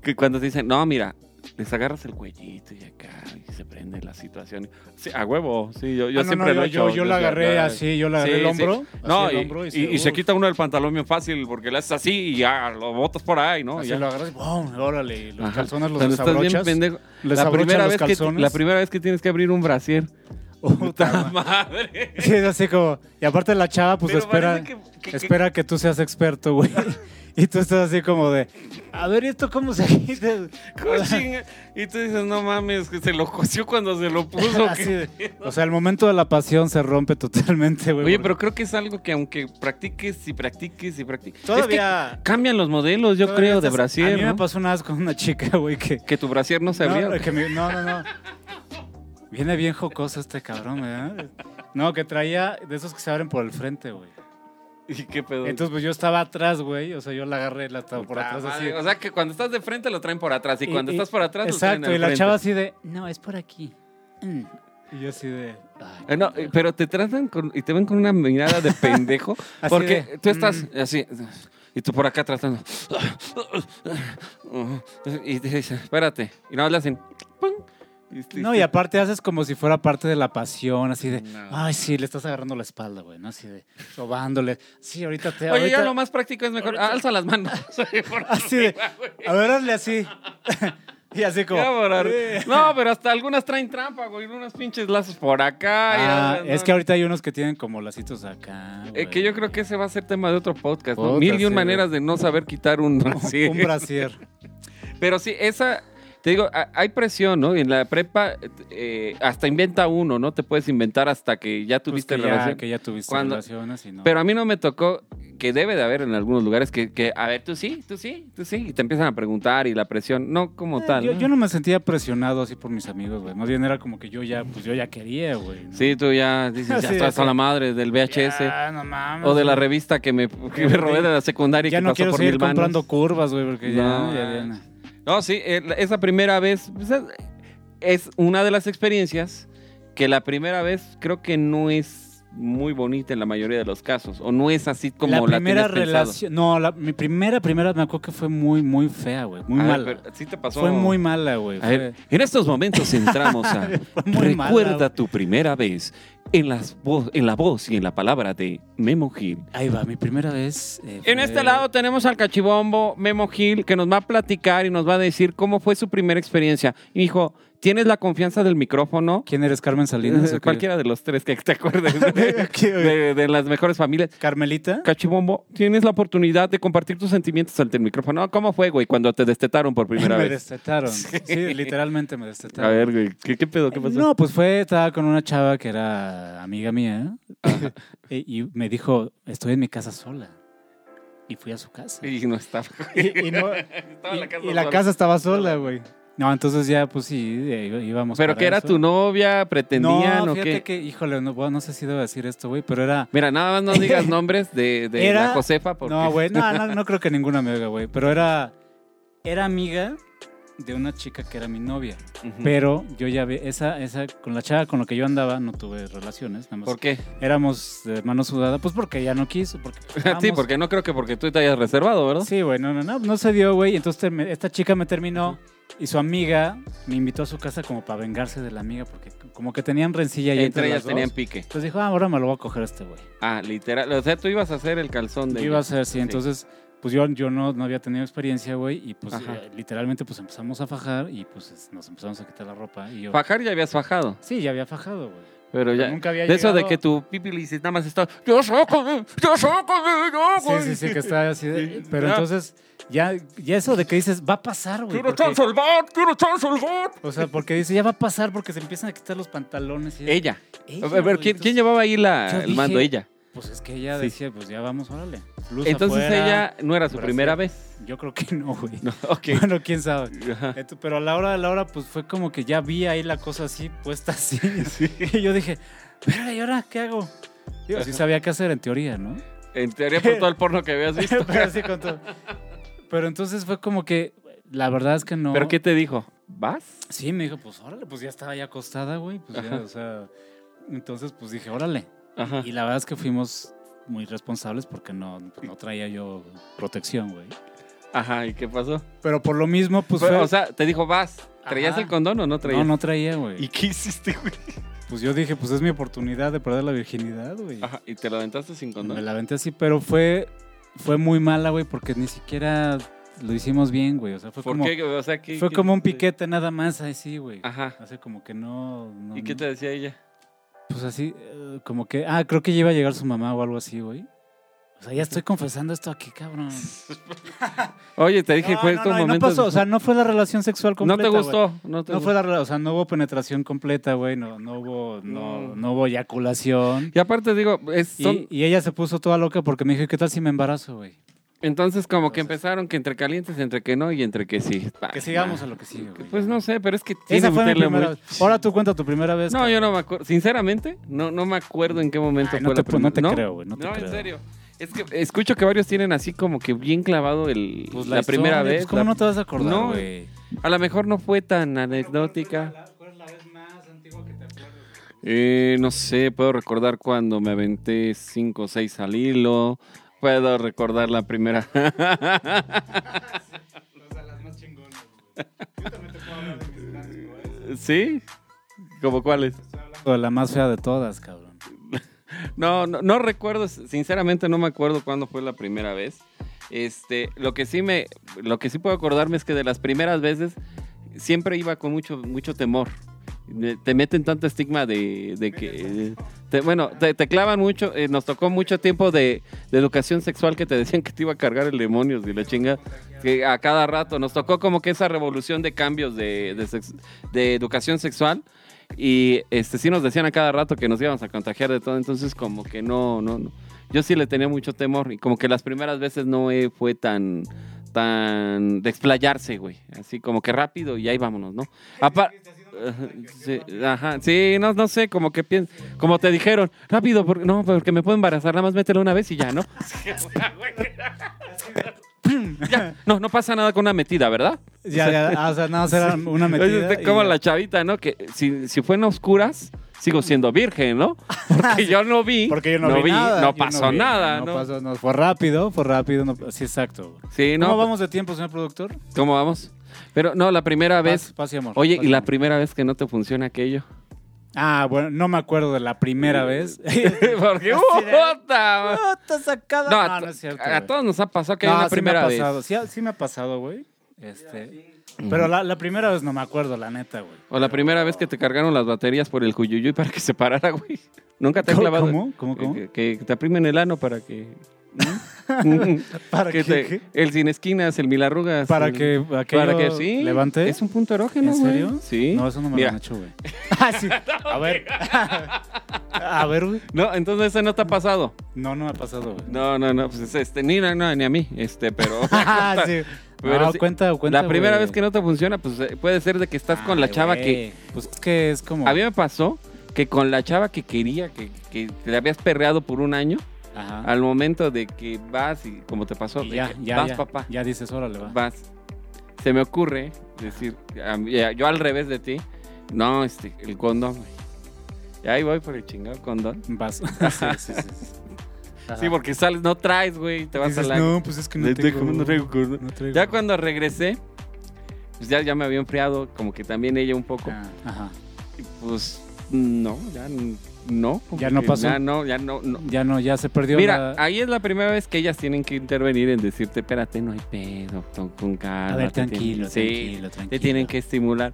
[SPEAKER 2] que cuando te dicen, no, mira, les agarras el cuellito y acá, y se prende la situación. Sí, a huevo, sí, yo, yo
[SPEAKER 3] Ah, no,
[SPEAKER 2] siempre
[SPEAKER 3] no,
[SPEAKER 2] lo he hecho.
[SPEAKER 3] yo, yo, yo la
[SPEAKER 2] sé,
[SPEAKER 3] agarré
[SPEAKER 2] ah,
[SPEAKER 3] así, yo la agarré
[SPEAKER 2] Sí,
[SPEAKER 3] el
[SPEAKER 2] sí.
[SPEAKER 3] hombro.
[SPEAKER 2] No,
[SPEAKER 3] así
[SPEAKER 2] y,
[SPEAKER 3] el hombro uh,
[SPEAKER 2] y- y se quita uno el pantalón bien fácil porque le haces así y ya lo botas por ahí, ¿no?
[SPEAKER 3] Así
[SPEAKER 2] Ya.
[SPEAKER 3] lo agarras y ¡pum! Órale, y los
[SPEAKER 2] Ajá.
[SPEAKER 3] calzones los
[SPEAKER 2] Cuando estás bien
[SPEAKER 3] desabrochas.
[SPEAKER 2] pendejo.
[SPEAKER 3] les
[SPEAKER 2] La
[SPEAKER 3] abrochas
[SPEAKER 2] primera,
[SPEAKER 3] los
[SPEAKER 2] vez que, ti-
[SPEAKER 3] calzones.
[SPEAKER 2] la primera vez que tienes que abrir un brasier.
[SPEAKER 3] Puta madre.
[SPEAKER 2] madre!
[SPEAKER 3] Sí, es así como... Y aparte la chava, pues
[SPEAKER 2] Pero
[SPEAKER 3] espera...
[SPEAKER 2] parece que- que- que-
[SPEAKER 3] Espera que tú seas experto, güey. Y tú estás así como de... A ver, ¿y ¿esto cómo se quita?
[SPEAKER 2] ¿Cómo chinga? y tú dices, no mames, que se lo coció cuando se lo puso.
[SPEAKER 3] Así
[SPEAKER 2] ¿qué?
[SPEAKER 3] de- o sea, el momento de la pasión se rompe totalmente, güey.
[SPEAKER 2] Oye,
[SPEAKER 3] porque
[SPEAKER 2] pero creo que es algo que aunque practiques y practiques y practiques.
[SPEAKER 3] Todavía...
[SPEAKER 2] Es que cambian los modelos, yo
[SPEAKER 3] todavía
[SPEAKER 2] creo, de
[SPEAKER 3] estás- A
[SPEAKER 2] brasier.
[SPEAKER 3] mí
[SPEAKER 2] ¿no?
[SPEAKER 3] me pasó una vez con una chica, güey, que...
[SPEAKER 2] Que tu brasier no se abrió.
[SPEAKER 3] No, que me- no, no, no. Viene bien jocoso este cabrón, ¿verdad? No, que traía de esos que se abren por el frente, güey.
[SPEAKER 2] ¿Y qué pedo?
[SPEAKER 3] Entonces, pues yo estaba atrás, güey. O sea, yo la agarré, la estaba por
[SPEAKER 2] Puta
[SPEAKER 3] atrás así.
[SPEAKER 2] madre, O sea, que cuando estás de frente lo traen por atrás y,
[SPEAKER 3] Y-
[SPEAKER 2] cuando
[SPEAKER 3] y-
[SPEAKER 2] estás por atrás lo traen
[SPEAKER 3] Exacto,
[SPEAKER 2] al
[SPEAKER 3] y la
[SPEAKER 2] frente.
[SPEAKER 3] chava así de, no, es por aquí. Mm. Y yo así de, ay.
[SPEAKER 2] Eh, No, eh, pero te tratan con, y te ven con una mirada de pendejo.
[SPEAKER 3] Así
[SPEAKER 2] porque
[SPEAKER 3] de,
[SPEAKER 2] tú estás
[SPEAKER 3] mm.
[SPEAKER 2] así. Y tú por acá tratando. Y te dicen, espérate. Y no le hacen. pum, y-
[SPEAKER 3] No, y aparte haces como si fuera parte de la pasión, así de,
[SPEAKER 2] No.
[SPEAKER 3] ay, sí, le estás agarrando la espalda, güey, ¿no? Así de, sobándole. Sí, ahorita te...
[SPEAKER 2] Oye,
[SPEAKER 3] ahorita-
[SPEAKER 2] ya lo más práctico es mejor. Ah, Alza las manos. Por
[SPEAKER 3] Así de,
[SPEAKER 2] arriba, güey.
[SPEAKER 3] a ver, hazle así. y así como...
[SPEAKER 2] Ya por arriba.
[SPEAKER 3] "Eh".
[SPEAKER 2] No, pero hasta algunas traen trampa, güey. Unos pinches lazos por acá.
[SPEAKER 3] Ah,
[SPEAKER 2] ya,
[SPEAKER 3] es
[SPEAKER 2] no.
[SPEAKER 3] que ahorita hay unos que tienen como lacitos acá.
[SPEAKER 2] Eh,
[SPEAKER 3] güey.
[SPEAKER 2] que yo creo que ese va a ser tema de otro podcast. ¿no?
[SPEAKER 3] Puta,
[SPEAKER 2] Mil y
[SPEAKER 3] sí,
[SPEAKER 2] un
[SPEAKER 3] güey.
[SPEAKER 2] maneras de no saber quitar un
[SPEAKER 3] Un- Pues
[SPEAKER 2] brasier.
[SPEAKER 3] Un brasier.
[SPEAKER 2] Pero sí, esa. Te digo, ha- hay presión, ¿no? En la prepa eh, hasta inventa uno, ¿no? Te puedes inventar hasta que ya
[SPEAKER 3] Pues
[SPEAKER 2] tuviste
[SPEAKER 3] que,
[SPEAKER 2] relación.
[SPEAKER 3] ya, que ya tuviste
[SPEAKER 2] Cuando-
[SPEAKER 3] relaciones y no.
[SPEAKER 2] Pero a mí no me tocó, que debe de haber en algunos lugares, que, que, a ver, tú sí, tú sí, tú sí, y te empiezan a preguntar y la presión, no como
[SPEAKER 3] Eh,
[SPEAKER 2] tal.
[SPEAKER 3] yo,
[SPEAKER 2] ¿no?
[SPEAKER 3] yo no me sentía presionado así por mis amigos, güey. Más bien era como que yo ya, pues yo ya quería, güey. ¿no?
[SPEAKER 2] Sí, tú ya dices, ya
[SPEAKER 3] Sí,
[SPEAKER 2] estás
[SPEAKER 3] sí.
[SPEAKER 2] a la madre del VHS
[SPEAKER 3] Ya, no mames,
[SPEAKER 2] o de la
[SPEAKER 3] güey.
[SPEAKER 2] revista que me, que me robé de la secundaria y
[SPEAKER 3] Ya
[SPEAKER 2] que
[SPEAKER 3] no
[SPEAKER 2] pasó
[SPEAKER 3] quiero
[SPEAKER 2] por
[SPEAKER 3] seguir
[SPEAKER 2] mil manos.
[SPEAKER 3] comprando curvas, güey, porque ya,
[SPEAKER 2] No. eh,
[SPEAKER 3] ya, ya, no.
[SPEAKER 2] No, sí, eh, la- esa primera vez pues, es- es una de las experiencias que la primera vez creo que no es muy bonita en la mayoría de los casos o no es así como la,
[SPEAKER 3] la primera
[SPEAKER 2] tenías pensado.
[SPEAKER 3] relación. No, la- mi primera, primera me acuerdo que fue muy, muy fea, güey. Muy
[SPEAKER 2] A ver,
[SPEAKER 3] mala.
[SPEAKER 2] pero sí te pasó.
[SPEAKER 3] fue muy mala, güey.
[SPEAKER 2] A ver, en estos momentos entramos a
[SPEAKER 3] Fue muy mala,
[SPEAKER 2] recuerda
[SPEAKER 3] güey.
[SPEAKER 2] tu primera vez en las vo- en la voz y en la palabra de Memo Gil.
[SPEAKER 3] Ahí va, mi primera vez. eh,
[SPEAKER 2] En
[SPEAKER 3] fue-
[SPEAKER 2] este lado tenemos al cachibombo Memo Gil que nos va a platicar y nos va a decir cómo fue su primera experiencia. Y dijo, ¿tienes la confianza del micrófono?
[SPEAKER 3] ¿Quién eres, Carmen Salinas? o qué?
[SPEAKER 2] Cualquiera de los tres que te acuerdes de,
[SPEAKER 3] ¿Qué, güey?
[SPEAKER 2] de- de las mejores familias.
[SPEAKER 3] ¿Carmelita?
[SPEAKER 2] Cachibombo, tienes la oportunidad de compartir tus sentimientos ante el micrófono. ¿Cómo fue, güey, cuando te destetaron por primera
[SPEAKER 3] me
[SPEAKER 2] vez?
[SPEAKER 3] destetaron. Sí, literalmente me destetaron.
[SPEAKER 2] A ver, güey, ¿qué, qué pedo? ¿Qué pasó?
[SPEAKER 3] No, pues fue, estaba con una chava que era amiga mía y y me dijo, estoy en mi casa sola. Y fui a su casa.
[SPEAKER 2] Y no estaba.
[SPEAKER 3] Y, y no-
[SPEAKER 2] Estaba
[SPEAKER 3] y-
[SPEAKER 2] en
[SPEAKER 3] y la, casa,
[SPEAKER 2] sola.
[SPEAKER 3] estaba sola, güey. No, entonces ya, pues sí, eh, íbamos.
[SPEAKER 2] Pero
[SPEAKER 3] para
[SPEAKER 2] que era
[SPEAKER 3] eso.
[SPEAKER 2] tu novia, pretendían
[SPEAKER 3] No,
[SPEAKER 2] o qué.
[SPEAKER 3] fíjate que, híjole, no, bueno, no sé si debo decir esto, güey, pero era...
[SPEAKER 2] Mira, nada más no digas nombres de, de la
[SPEAKER 3] Era-
[SPEAKER 2] Josefa porque
[SPEAKER 3] No, güey, no, no, no creo que ninguna amiga, güey, pero era... Era amiga de una chica que era mi novia,
[SPEAKER 2] Ujú.
[SPEAKER 3] pero yo ya ve, esa, esa, con la chava con la que yo andaba no tuve relaciones, nada más
[SPEAKER 2] ¿Por qué?
[SPEAKER 3] éramos de mano sudada, pues porque ya no quiso, porque
[SPEAKER 2] Sí,
[SPEAKER 3] estábamos-
[SPEAKER 2] porque no creo que porque tú te hayas reservado, ¿verdad?
[SPEAKER 3] Sí, güey, no, no, no, no se dio, güey, entonces termi- esta chica me terminó y su amiga me invitó a su casa como para vengarse de la amiga, porque como que tenían rencilla y
[SPEAKER 2] Entre,
[SPEAKER 3] entre,
[SPEAKER 2] ellas
[SPEAKER 3] las dos.
[SPEAKER 2] tenían pique.
[SPEAKER 3] Entonces dijo, ah, ahora me lo voy a coger a este güey.
[SPEAKER 2] Ah, literal. O sea, tú ibas a hacer el calzón de.
[SPEAKER 3] Yo iba a ser, sí, entonces pues yo, yo no, no había tenido experiencia, güey, y pues
[SPEAKER 2] Ajá.
[SPEAKER 3] eh, literalmente pues empezamos a fajar y pues es- nos empezamos a quitar la ropa y yo...
[SPEAKER 2] Fajar ya habías fajado.
[SPEAKER 3] Sí, ya había fajado, güey.
[SPEAKER 2] Pero
[SPEAKER 3] Pero
[SPEAKER 2] ya.
[SPEAKER 3] nunca había
[SPEAKER 2] de eso de
[SPEAKER 3] llegado-
[SPEAKER 2] que tu pipi le dices, nada más está. Yo saco, yo saco, yo
[SPEAKER 3] Sí, sí, sí, que está así. de- pero
[SPEAKER 2] Ah, Ya.
[SPEAKER 3] entonces, ya, ya eso de que dices, va a pasar, güey.
[SPEAKER 2] Quiero
[SPEAKER 3] porque-
[SPEAKER 2] estar salvado, quiero estar salvado.
[SPEAKER 3] O sea, porque dice, ya va a pasar porque se empiezan a quitar los pantalones. Y
[SPEAKER 2] Ella.
[SPEAKER 3] Ella,
[SPEAKER 2] a ver,
[SPEAKER 3] güey,
[SPEAKER 2] ¿quién,
[SPEAKER 3] entonces-
[SPEAKER 2] quién llevaba ahí la,
[SPEAKER 3] Yo
[SPEAKER 2] el mando?
[SPEAKER 3] dije-
[SPEAKER 2] Ella.
[SPEAKER 3] Pues es que ella
[SPEAKER 2] Sí.
[SPEAKER 3] decía, pues ya vamos, órale. Luz
[SPEAKER 2] Entonces
[SPEAKER 3] afuera.
[SPEAKER 2] ella no era su
[SPEAKER 3] brasier.
[SPEAKER 2] primera vez.
[SPEAKER 3] Yo creo que no, güey.
[SPEAKER 2] No, ok.
[SPEAKER 3] Bueno, quién sabe.
[SPEAKER 2] Ajá.
[SPEAKER 3] Entu- Pero a la hora de la hora, pues fue como que ya vi ahí la cosa así, puesta así. Y yo dije, verga, ¿y ahora qué hago? Digo, sí sabía qué hacer en teoría, ¿no?
[SPEAKER 2] En teoría, por todo el porno que habías visto.
[SPEAKER 3] Pero así con todo. Pero entonces fue como que, la verdad es que no.
[SPEAKER 2] ¿Pero qué te dijo? ¿Vas?
[SPEAKER 3] Sí, me dijo, pues órale, pues ya estaba ya acostada, güey. Pues ya,
[SPEAKER 2] Ajá.
[SPEAKER 3] o sea. Entonces, pues dije, órale.
[SPEAKER 2] Ajá.
[SPEAKER 3] Y la verdad es que fuimos muy responsables porque no, no traía yo protección, güey.
[SPEAKER 2] Ajá, ¿y qué pasó?
[SPEAKER 3] Pero por lo mismo, pues.
[SPEAKER 2] Fue-
[SPEAKER 3] fue-
[SPEAKER 2] o sea, te dijo, vas. ¿Traías
[SPEAKER 3] Ajá.
[SPEAKER 2] el condón o no
[SPEAKER 3] no,
[SPEAKER 2] traías?
[SPEAKER 3] no traía, güey.
[SPEAKER 2] ¿Y qué hiciste, güey?
[SPEAKER 3] Pues yo dije, pues es mi oportunidad de perder la virginidad, güey.
[SPEAKER 2] Ajá, y te lo aventaste sin
[SPEAKER 3] Me
[SPEAKER 2] condón.
[SPEAKER 3] la aventé así, pero fue, fue muy mala, güey, porque ni siquiera lo hicimos bien, güey. O sea, fue
[SPEAKER 2] ¿Por
[SPEAKER 3] como.
[SPEAKER 2] qué? O sea, ¿qué-
[SPEAKER 3] Fue
[SPEAKER 2] qué-
[SPEAKER 3] como un piquete nada más así, güey.
[SPEAKER 2] Ajá.
[SPEAKER 3] Hace como que no. no-
[SPEAKER 2] ¿Y qué te decía ella?
[SPEAKER 3] Pues así, eh, como que, ah, creo que ya iba a llegar su mamá o algo así, güey. O sea, ya estoy confesando esto aquí, cabrón.
[SPEAKER 2] Oye, te dije,
[SPEAKER 3] no,
[SPEAKER 2] fue
[SPEAKER 3] no,
[SPEAKER 2] estos
[SPEAKER 3] no, y no
[SPEAKER 2] momentos.
[SPEAKER 3] pasó, o sea, no fue la relación sexual
[SPEAKER 2] no
[SPEAKER 3] completa.
[SPEAKER 2] te
[SPEAKER 3] güey.
[SPEAKER 2] gustó. No te
[SPEAKER 3] No
[SPEAKER 2] gustó.
[SPEAKER 3] fue la, rela- o sea, no hubo penetración completa, güey, no, no hubo, no,
[SPEAKER 2] No.
[SPEAKER 3] no hubo eyaculación.
[SPEAKER 2] Y aparte digo, es, Mm. son-
[SPEAKER 3] Y, y ella se puso toda loca porque me dijo, ¿qué tal si me embarazo, güey?
[SPEAKER 2] entonces como que
[SPEAKER 3] Entonces-
[SPEAKER 2] empezaron que entre calientes, entre que no y entre que sí.
[SPEAKER 3] Que sigamos a lo que sigue, güey.
[SPEAKER 2] Pues no sé, pero es que tiene
[SPEAKER 3] Esa
[SPEAKER 2] un
[SPEAKER 3] fue mi
[SPEAKER 2] tele muy-
[SPEAKER 3] primera vez. Ahora tú cuenta tu primera vez.
[SPEAKER 2] No,
[SPEAKER 3] cabrón.
[SPEAKER 2] yo no me acuerdo. Sinceramente, no, no me acuerdo en qué momento
[SPEAKER 3] Ay,
[SPEAKER 2] fue
[SPEAKER 3] no, te,
[SPEAKER 2] la primera.
[SPEAKER 3] no te creo, güey, no te
[SPEAKER 2] No,
[SPEAKER 3] creo.
[SPEAKER 2] en serio. Es que escucho que varios tienen así como que bien clavado el,
[SPEAKER 3] Pues
[SPEAKER 2] la, primera
[SPEAKER 3] historia,
[SPEAKER 2] vez.
[SPEAKER 3] pues, ¿Cómo
[SPEAKER 2] la-
[SPEAKER 3] no te vas a acordar,
[SPEAKER 2] No,
[SPEAKER 3] güey?
[SPEAKER 2] A lo mejor no fue tan anecdótica.
[SPEAKER 3] ¿Cuál es la vez más antigua que te acuerdas?
[SPEAKER 2] Eh, no sé, puedo recordar cuando me aventé 5 o 6 al hilo. Puedo recordar la primera.
[SPEAKER 3] O sea, las más chingonas, güey. Yo también te puedo hablar de mis grandes poetas.
[SPEAKER 2] ¿Sí? ¿Como cuáles?
[SPEAKER 3] O la más fea de todas, cabrón.
[SPEAKER 2] No, no, no recuerdo, sinceramente no me acuerdo cuándo fue la primera vez. Este, lo que sí me, lo que sí puedo acordarme es que de las primeras veces siempre iba con mucho, mucho temor. Me- Te meten tanto estigma de, de que, eh, te- bueno, te, te clavan mucho. eh, nos tocó mucho tiempo de, de educación sexual que te decían que te iba a cargar el demonio y la chinga. que a cada rato nos tocó como que esa revolución de cambios de, de sex- de educación sexual y este sí nos decían a cada rato que nos íbamos a contagiar de todo, entonces como que no, no, no. Yo sí le tenía mucho temor y como que las primeras veces no eh, fue tan tan de explayarse, güey, así como que rápido y ahí vámonos, ¿no? Apar- sí, ajá, sí, no, no sé, como que pienso, como te dijeron, rápido, porque no, porque me puedo embarazar, nada más mételo una vez y ya, ¿no? Ya, no, no pasa nada con una metida, ¿verdad?
[SPEAKER 3] Ya, ya, ah, o sea, nada, más era una
[SPEAKER 2] Oye,
[SPEAKER 3] metida.
[SPEAKER 2] usted
[SPEAKER 3] y
[SPEAKER 2] como
[SPEAKER 3] ya.
[SPEAKER 2] la chavita, ¿no? Que si, si fue en oscuras, sigo siendo virgen, ¿no? Porque yo no vi.
[SPEAKER 3] Porque yo no, vi, nada.
[SPEAKER 2] No
[SPEAKER 3] yo
[SPEAKER 2] pasó
[SPEAKER 3] vi,
[SPEAKER 2] nada, ¿no?
[SPEAKER 3] No pasó, no, fue rápido, fue rápido. no- sí, exacto.
[SPEAKER 2] Sí, no. pues,
[SPEAKER 3] ¿Cómo vamos de tiempo, señor productor?
[SPEAKER 2] ¿Cómo vamos? Pero no, la primera
[SPEAKER 3] Paz,
[SPEAKER 2] vez.
[SPEAKER 3] paz y amor.
[SPEAKER 2] Oye,
[SPEAKER 3] paz
[SPEAKER 2] y la
[SPEAKER 3] amor.
[SPEAKER 2] primera vez que no te funciona aquello.
[SPEAKER 3] Ah, bueno, no me acuerdo de la primera vez.
[SPEAKER 2] Porque,
[SPEAKER 3] Así de-
[SPEAKER 2] puta.
[SPEAKER 3] No, está sacada.
[SPEAKER 2] No,
[SPEAKER 3] No,
[SPEAKER 2] a,
[SPEAKER 3] no es cierto.
[SPEAKER 2] a
[SPEAKER 3] güey.
[SPEAKER 2] todos nos ha pasado que
[SPEAKER 3] No,
[SPEAKER 2] hay una
[SPEAKER 3] sí me
[SPEAKER 2] primera
[SPEAKER 3] ha
[SPEAKER 2] vez.
[SPEAKER 3] pasado, Sí, ha- sí me ha pasado, güey. Este, pero la, la primera vez no me acuerdo, la neta, güey.
[SPEAKER 2] O la primera vez que te cargaron las baterías por el cuyuyuy para que se parara, güey. Nunca te han
[SPEAKER 3] ¿Cómo,
[SPEAKER 2] clavado.
[SPEAKER 3] cómo? ¿Cómo, cómo?
[SPEAKER 2] Que, que te aprimen el ano para que. ¿Mm?
[SPEAKER 3] ¿Para
[SPEAKER 2] Que
[SPEAKER 3] que,
[SPEAKER 2] te- el sin esquinas, el milarrugas.
[SPEAKER 3] Para
[SPEAKER 2] el-
[SPEAKER 3] que aquello
[SPEAKER 2] para que sí.
[SPEAKER 3] levante.
[SPEAKER 2] Es un punto erógeno,
[SPEAKER 3] ¿En
[SPEAKER 2] güey.
[SPEAKER 3] serio?
[SPEAKER 2] Sí.
[SPEAKER 3] No, eso no me
[SPEAKER 2] Mira,
[SPEAKER 3] lo han hecho, güey. ah, sí. A ver. a ver, güey.
[SPEAKER 2] No, entonces ese no te ha pasado.
[SPEAKER 3] No, no me ha pasado, güey.
[SPEAKER 2] No, no, no, pues este, ni, no, no, ni a mí, este, pero...
[SPEAKER 3] Ah, sí.
[SPEAKER 2] Pero
[SPEAKER 3] no,
[SPEAKER 2] sí,
[SPEAKER 3] cuenta, cuenta.
[SPEAKER 2] la primera
[SPEAKER 3] güey.
[SPEAKER 2] vez que no te funciona, pues eh, puede ser de que estás con la
[SPEAKER 3] Ay,
[SPEAKER 2] chava
[SPEAKER 3] güey.
[SPEAKER 2] que...
[SPEAKER 3] Pues es que es como.
[SPEAKER 2] A mí me pasó que con la chava que quería, que, que le habías perreado por un año,
[SPEAKER 3] Ajá.
[SPEAKER 2] al momento de que vas y como te pasó,
[SPEAKER 3] Y
[SPEAKER 2] de
[SPEAKER 3] ya,
[SPEAKER 2] que
[SPEAKER 3] ya,
[SPEAKER 2] vas
[SPEAKER 3] ya,
[SPEAKER 2] papá,
[SPEAKER 3] Ya dices, órale, va.
[SPEAKER 2] vas. Se me ocurre decir, a mí- a- yo al revés de ti, no, este, el condón, güey. Y ahí voy por el chingado condón.
[SPEAKER 3] Vas. sí, sí, sí. sí.
[SPEAKER 2] Sí, porque sales, no traes, güey, te vas
[SPEAKER 3] Dices,
[SPEAKER 2] a la...
[SPEAKER 3] No, pues es que no
[SPEAKER 2] Te-
[SPEAKER 3] tengo.
[SPEAKER 2] ¿cómo no traigo condón?
[SPEAKER 3] no traigo.
[SPEAKER 2] Ya cuando regresé, pues ya, ya me había enfriado, como que también ella un poco.
[SPEAKER 3] Ah, Ajá.
[SPEAKER 2] Y pues no, ya n- no. como
[SPEAKER 3] Ya no
[SPEAKER 2] que
[SPEAKER 3] pasó.
[SPEAKER 2] Ya no, ya no. no.
[SPEAKER 3] Ya no, ya se perdió.
[SPEAKER 2] Mira, ah,
[SPEAKER 3] la-
[SPEAKER 2] ahí es la primera vez que ellas tienen que intervenir en decirte, espérate, no hay pedo, con- con calma.
[SPEAKER 3] a ver,
[SPEAKER 2] te
[SPEAKER 3] tranquilo,
[SPEAKER 2] tienen- sí,
[SPEAKER 3] tranquilo, tranquilo.
[SPEAKER 2] Te tienen que estimular.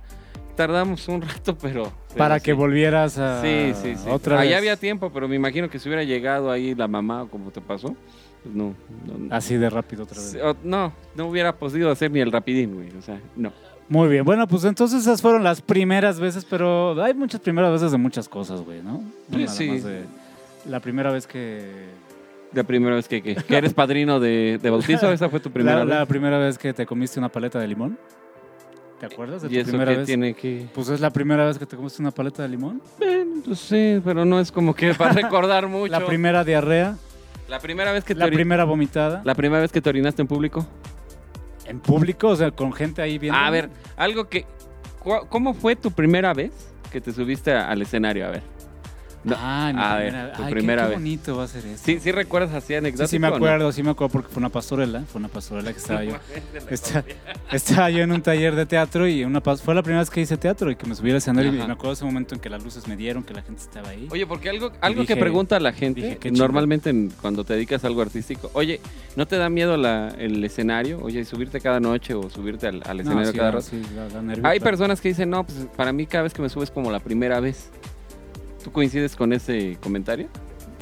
[SPEAKER 2] Tardamos un rato, pero... pero
[SPEAKER 3] Para que
[SPEAKER 2] sí.
[SPEAKER 3] volvieras a.
[SPEAKER 2] Sí, sí, sí.
[SPEAKER 3] Otra
[SPEAKER 2] Ahí
[SPEAKER 3] vez.
[SPEAKER 2] había tiempo, pero me imagino que si hubiera llegado ahí la mamá o como te pasó, pues no. no, no.
[SPEAKER 3] Así de rápido Ah, otra vez.
[SPEAKER 2] Sí, o- no, no hubiera podido hacer ni el rapidín, güey. O sea, no.
[SPEAKER 3] Muy bien, bueno, pues entonces esas fueron las primeras veces, pero hay muchas primeras veces de muchas cosas, güey, ¿no? No
[SPEAKER 2] Sí, sí.
[SPEAKER 3] de la primera vez que...
[SPEAKER 2] La primera vez que, que, que eres padrino de, de bautizo, esa fue tu primera
[SPEAKER 3] la, la
[SPEAKER 2] vez.
[SPEAKER 3] primera vez que te comiste una paleta de limón. ¿Te acuerdas de
[SPEAKER 2] ¿Y
[SPEAKER 3] tu
[SPEAKER 2] eso
[SPEAKER 3] primera
[SPEAKER 2] qué
[SPEAKER 3] vez?
[SPEAKER 2] tiene que...?
[SPEAKER 3] Pues es la primera vez que te comiste una paleta de limón.
[SPEAKER 2] Bueno, pues sí, pero no es como que para recordar mucho.
[SPEAKER 3] La primera diarrea.
[SPEAKER 2] La primera vez que te
[SPEAKER 3] La
[SPEAKER 2] ori-
[SPEAKER 3] primera vomitada.
[SPEAKER 2] la primera vez que te orinaste en público.
[SPEAKER 3] En público, o sea, con gente ahí viendo.
[SPEAKER 2] A ver, algo que... cu- ¿Cómo fue tu primera vez que te subiste a- al escenario? A ver. No,
[SPEAKER 3] Ah, mi
[SPEAKER 2] a
[SPEAKER 3] primera,
[SPEAKER 2] ver, tu
[SPEAKER 3] Ay, qué-
[SPEAKER 2] primera
[SPEAKER 3] qué,
[SPEAKER 2] vez.
[SPEAKER 3] bonito va a ser esto.
[SPEAKER 2] ¿Sí, sí recuerdas así
[SPEAKER 3] Sí,
[SPEAKER 2] anecdótico
[SPEAKER 3] sí me
[SPEAKER 2] o no?
[SPEAKER 3] acuerdo, sí me acuerdo porque fue una pastorela, fue una pastorela que estaba yo. Está- estaba yo en un taller de teatro y una pas- fue la primera vez que hice teatro y que me subí al escenario
[SPEAKER 2] Ajá.
[SPEAKER 3] y me acuerdo ese momento en que las luces me dieron, que la gente estaba ahí.
[SPEAKER 2] Oye, porque algo, algo
[SPEAKER 3] Dije-
[SPEAKER 2] que pregunta la gente,
[SPEAKER 3] dije, qué
[SPEAKER 2] normalmente en- cuando te dedicas a algo artístico, oye, ¿no te da miedo la- el escenario? Oye, subirte cada noche o subirte al, al
[SPEAKER 3] No,
[SPEAKER 2] escenario
[SPEAKER 3] sí,
[SPEAKER 2] cada
[SPEAKER 3] no,
[SPEAKER 2] rato.
[SPEAKER 3] sí, da- da nervio,
[SPEAKER 2] Hay
[SPEAKER 3] pero-
[SPEAKER 2] personas que dicen, no, pues para mí cada vez que me subes como la primera vez. ¿Tú coincides con ese comentario?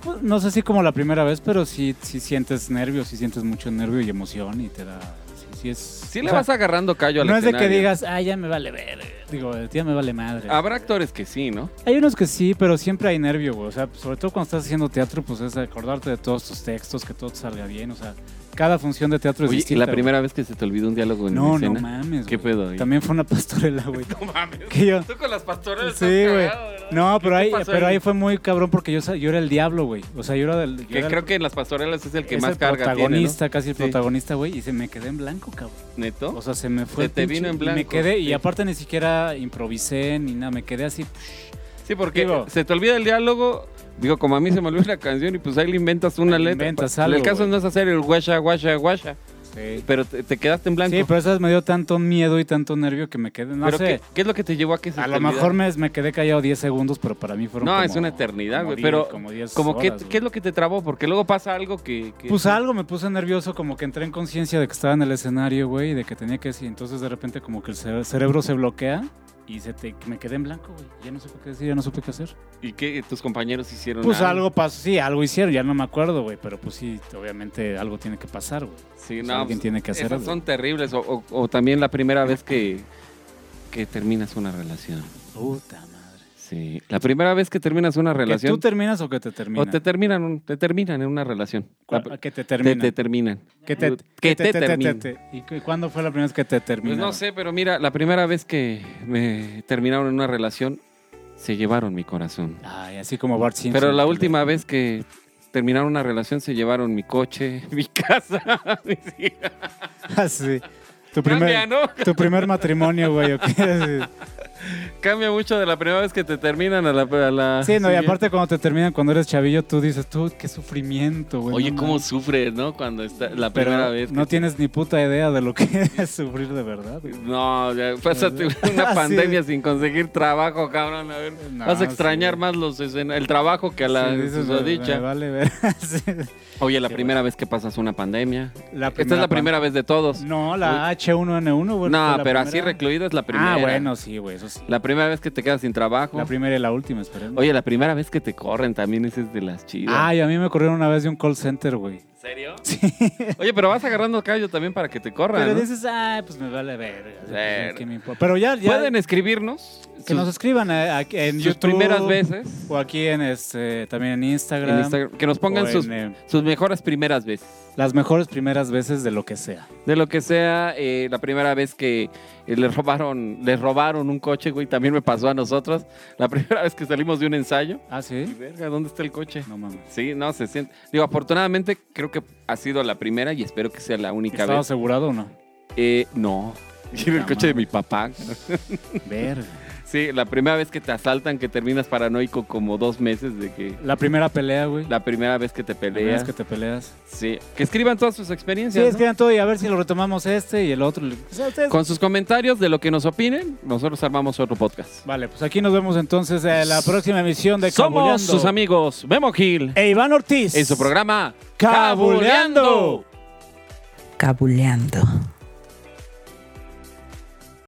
[SPEAKER 3] Pues, no sé si como la primera vez, pero sí, sí sientes nervios, sí sientes mucho nervio y emoción y te da... Sí, sí es,
[SPEAKER 2] Sí
[SPEAKER 3] o
[SPEAKER 2] le
[SPEAKER 3] sea,
[SPEAKER 2] vas agarrando callo al
[SPEAKER 3] No es de que
[SPEAKER 2] escenario. Ah,
[SPEAKER 3] digas, ah, ya me vale ver, digo, ya me vale madre.
[SPEAKER 2] Habrá actores que sí, ¿no?
[SPEAKER 3] Hay unos que sí, pero siempre hay nervio, güey. O sea, sobre todo cuando estás haciendo teatro, pues es acordarte de todos tus textos, que todo te salga bien. O sea, cada función de teatro es
[SPEAKER 2] Oye, ¿y
[SPEAKER 3] distinta.
[SPEAKER 2] la
[SPEAKER 3] güey.
[SPEAKER 2] primera vez que se te olvidó un diálogo en
[SPEAKER 3] No,
[SPEAKER 2] una escena.
[SPEAKER 3] no mames.
[SPEAKER 2] ¿Qué
[SPEAKER 3] güey.
[SPEAKER 2] pedo ahí?
[SPEAKER 3] También fue una pastorela, güey.
[SPEAKER 2] No mames.
[SPEAKER 3] que yo.
[SPEAKER 2] Tú con las pastoras
[SPEAKER 3] Sí, güey. No, pero ahí, pero ahí fue muy cabrón porque yo, sa- yo era el diablo, güey. O sea, yo era del. yo
[SPEAKER 2] Que
[SPEAKER 3] era el-
[SPEAKER 2] creo que en las pastorelas es el que
[SPEAKER 3] es
[SPEAKER 2] más
[SPEAKER 3] el
[SPEAKER 2] carga tiene, ¿no?
[SPEAKER 3] protagonista, Pues, casi el
[SPEAKER 2] Sí.
[SPEAKER 3] protagonista, güey. Y se me quedé en blanco, cabrón.
[SPEAKER 2] Neto.
[SPEAKER 3] O sea, se me
[SPEAKER 2] Se
[SPEAKER 3] fue. el
[SPEAKER 2] te vino en
[SPEAKER 3] y
[SPEAKER 2] blanco,
[SPEAKER 3] me quedé,
[SPEAKER 2] sí.
[SPEAKER 3] y aparte ni siquiera improvisé ni nada. Me quedé así. pues, psh,
[SPEAKER 2] Sí, porque
[SPEAKER 3] Digo-
[SPEAKER 2] se te olvida el diálogo. Digo, como a mí se me olvidó la canción y pues ahí le inventas una
[SPEAKER 3] Ahí
[SPEAKER 2] letra.
[SPEAKER 3] inventas
[SPEAKER 2] Pa-
[SPEAKER 3] algo,
[SPEAKER 2] el caso
[SPEAKER 3] güey.
[SPEAKER 2] no es hacer el guasha, guasha, guasha.
[SPEAKER 3] sí.
[SPEAKER 2] Pero te, te quedaste en blanco.
[SPEAKER 3] Sí, pero esas me dio tanto miedo y tanto nervio que me quedé, no
[SPEAKER 2] Pero
[SPEAKER 3] sé.
[SPEAKER 2] ¿qué, qué es lo que te llevó a que se
[SPEAKER 3] A
[SPEAKER 2] te
[SPEAKER 3] lo
[SPEAKER 2] olvidara?
[SPEAKER 3] mejor me, me quedé callado 10 segundos, pero para mí fueron
[SPEAKER 2] No,
[SPEAKER 3] como-
[SPEAKER 2] es una eternidad,
[SPEAKER 3] como
[SPEAKER 2] güey.
[SPEAKER 3] 10,
[SPEAKER 2] Pero
[SPEAKER 3] como 10
[SPEAKER 2] como que,
[SPEAKER 3] horas, güey.
[SPEAKER 2] ¿qué es lo que te trabó? Porque luego pasa algo que... que-
[SPEAKER 3] Pues algo me puse nervioso, como que entré en conciencia de que estaba en el escenario, güey, y de que tenía que decir. Entonces de repente como que el cere- cerebro se bloquea y se te, me quedé en blanco, güey. Ya no supe qué decir, ya no supe qué hacer.
[SPEAKER 2] ¿Y qué tus compañeros hicieron?
[SPEAKER 3] Pues algo pasó, sí, algo hicieron, ya no me acuerdo, güey, pero pues sí, obviamente algo tiene que pasar, güey.
[SPEAKER 2] Sí,
[SPEAKER 3] Pues
[SPEAKER 2] no,
[SPEAKER 3] alguien
[SPEAKER 2] pues,
[SPEAKER 3] tiene que hacer
[SPEAKER 2] esas
[SPEAKER 3] algo.
[SPEAKER 2] son terribles. O, o- o también la primera vez que, que terminas una relación.
[SPEAKER 3] Puta madre.
[SPEAKER 2] Sí. La primera vez que terminas una
[SPEAKER 3] ¿Que tú
[SPEAKER 2] relación.
[SPEAKER 3] terminas o que te termina?
[SPEAKER 2] o te terminan, un- te terminan en una relación.
[SPEAKER 3] ¿Cuál-
[SPEAKER 2] La-
[SPEAKER 3] a que te
[SPEAKER 2] te,
[SPEAKER 3] termina.
[SPEAKER 2] te terminan.
[SPEAKER 3] que te,
[SPEAKER 2] Tú- que te terminan.
[SPEAKER 3] te- ¿Y cu- cuándo fue la primera vez que te
[SPEAKER 2] Pues
[SPEAKER 3] terminaron?
[SPEAKER 2] no sé, pero mira, la primera vez que me terminaron en una relación, se llevaron mi corazón.
[SPEAKER 3] Ay, así como Bart Simpson.
[SPEAKER 2] Pero la
[SPEAKER 3] que le-
[SPEAKER 2] última vez que terminaron una relación, se llevaron mi coche, mi casa, mis hijas.
[SPEAKER 3] Ah, sí. Tu
[SPEAKER 2] Cambia,
[SPEAKER 3] primer,
[SPEAKER 2] ¿no?
[SPEAKER 3] tu primer matrimonio, güey. ¿o qué? Sí.
[SPEAKER 2] Cambia mucho de la primera vez que te terminan a la. a la
[SPEAKER 3] Sí, no, y
[SPEAKER 2] siguiente.
[SPEAKER 3] aparte cuando te terminan, cuando eres chavillo, tú dices, tú, qué sufrimiento, güey.
[SPEAKER 2] Oye,
[SPEAKER 3] no
[SPEAKER 2] cómo
[SPEAKER 3] mames".
[SPEAKER 2] sufres, ¿no? Cuando está la
[SPEAKER 3] Pero
[SPEAKER 2] primera vez. que-
[SPEAKER 3] No tienes ni puta idea de lo que es sufrir de verdad, güey.
[SPEAKER 2] No, ya pásate
[SPEAKER 3] Ah,
[SPEAKER 2] una
[SPEAKER 3] sí.
[SPEAKER 2] pandemia sin conseguir trabajo, cabrón. A ver,
[SPEAKER 3] No,
[SPEAKER 2] vas a
[SPEAKER 3] sí.
[SPEAKER 2] extrañar más los escena- el trabajo que a la
[SPEAKER 3] Sí, dices, "Me- me
[SPEAKER 2] susodicha.
[SPEAKER 3] vale ver. Sí.
[SPEAKER 2] Oye, la
[SPEAKER 3] Qué
[SPEAKER 2] primera vez que pasas una pandemia.
[SPEAKER 3] La
[SPEAKER 2] Esta es la
[SPEAKER 3] pan-
[SPEAKER 2] primera vez de todos. No,
[SPEAKER 3] No, la H1N1, güey. fue la
[SPEAKER 2] pero así
[SPEAKER 3] primera.
[SPEAKER 2] recluido es la primera.
[SPEAKER 3] Ah, bueno, sí, güey, eso sí.
[SPEAKER 2] La primera vez que te quedas sin trabajo.
[SPEAKER 3] La primera y la última, esperemos.
[SPEAKER 2] Oye, la primera vez que te corren también esa es de las chidas.
[SPEAKER 3] Ay, a mí me corrieron una vez de un call center, güey.
[SPEAKER 2] ¿En serio? Oye, pero vas agarrando callo también para que te corran.
[SPEAKER 3] Pero
[SPEAKER 2] ¿no?
[SPEAKER 3] dices, ay, pues me vale ver.
[SPEAKER 2] Ver.
[SPEAKER 3] Pero ya, ya
[SPEAKER 2] Pueden escribirnos
[SPEAKER 3] que
[SPEAKER 2] sus-
[SPEAKER 3] nos escriban a- a- en
[SPEAKER 2] sus
[SPEAKER 3] YouTube.
[SPEAKER 2] primeras veces.
[SPEAKER 3] O aquí en este, también en Instagram.
[SPEAKER 2] en Instagram, que nos pongan
[SPEAKER 3] o
[SPEAKER 2] sus,
[SPEAKER 3] en, eh,
[SPEAKER 2] sus mejores primeras veces.
[SPEAKER 3] las mejores primeras veces de lo que sea.
[SPEAKER 2] De lo que sea, eh, la primera vez que eh, le robaron, les robaron un coche, güey, también me pasó a nosotros. La primera vez que salimos de un ensayo.
[SPEAKER 3] Ah,
[SPEAKER 2] Y,
[SPEAKER 3] sí.
[SPEAKER 2] verga, ¿dónde está el coche?
[SPEAKER 3] No mames.
[SPEAKER 2] Sí, no, se siente. Digo, afortunadamente creo que ha sido la primera y espero que sea la única
[SPEAKER 3] ¿Estaba
[SPEAKER 2] vez.
[SPEAKER 3] asegurado o no?
[SPEAKER 2] Eh, no. Y en el
[SPEAKER 3] No
[SPEAKER 2] coche de mi
[SPEAKER 3] mames.
[SPEAKER 2] papá.
[SPEAKER 3] Verga.
[SPEAKER 2] Sí, la primera vez que te asaltan, que terminas paranoico como dos meses de que.
[SPEAKER 3] La primera pelea, güey.
[SPEAKER 2] La primera vez que te
[SPEAKER 3] La primera
[SPEAKER 2] peleas.
[SPEAKER 3] vez que te peleas.
[SPEAKER 2] Sí. Que escriban todas sus
[SPEAKER 3] Sí,
[SPEAKER 2] experiencias.
[SPEAKER 3] es
[SPEAKER 2] ¿no?
[SPEAKER 3] que eran todo y a ver si lo retomamos este y el otro. O sea, ustedes-
[SPEAKER 2] Con sus comentarios de lo que nos opinen, nosotros armamos otro podcast.
[SPEAKER 3] Vale, pues aquí nos vemos entonces en la próxima emisión de
[SPEAKER 2] Somos
[SPEAKER 3] Cabuleando.
[SPEAKER 2] sus amigos Memo Gil
[SPEAKER 3] E Iván Ortiz.
[SPEAKER 2] en su programa
[SPEAKER 3] Cabuleando.
[SPEAKER 1] Cabuleando.